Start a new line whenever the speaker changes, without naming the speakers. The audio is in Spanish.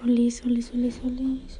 Solís, Solís, Solís, Solís.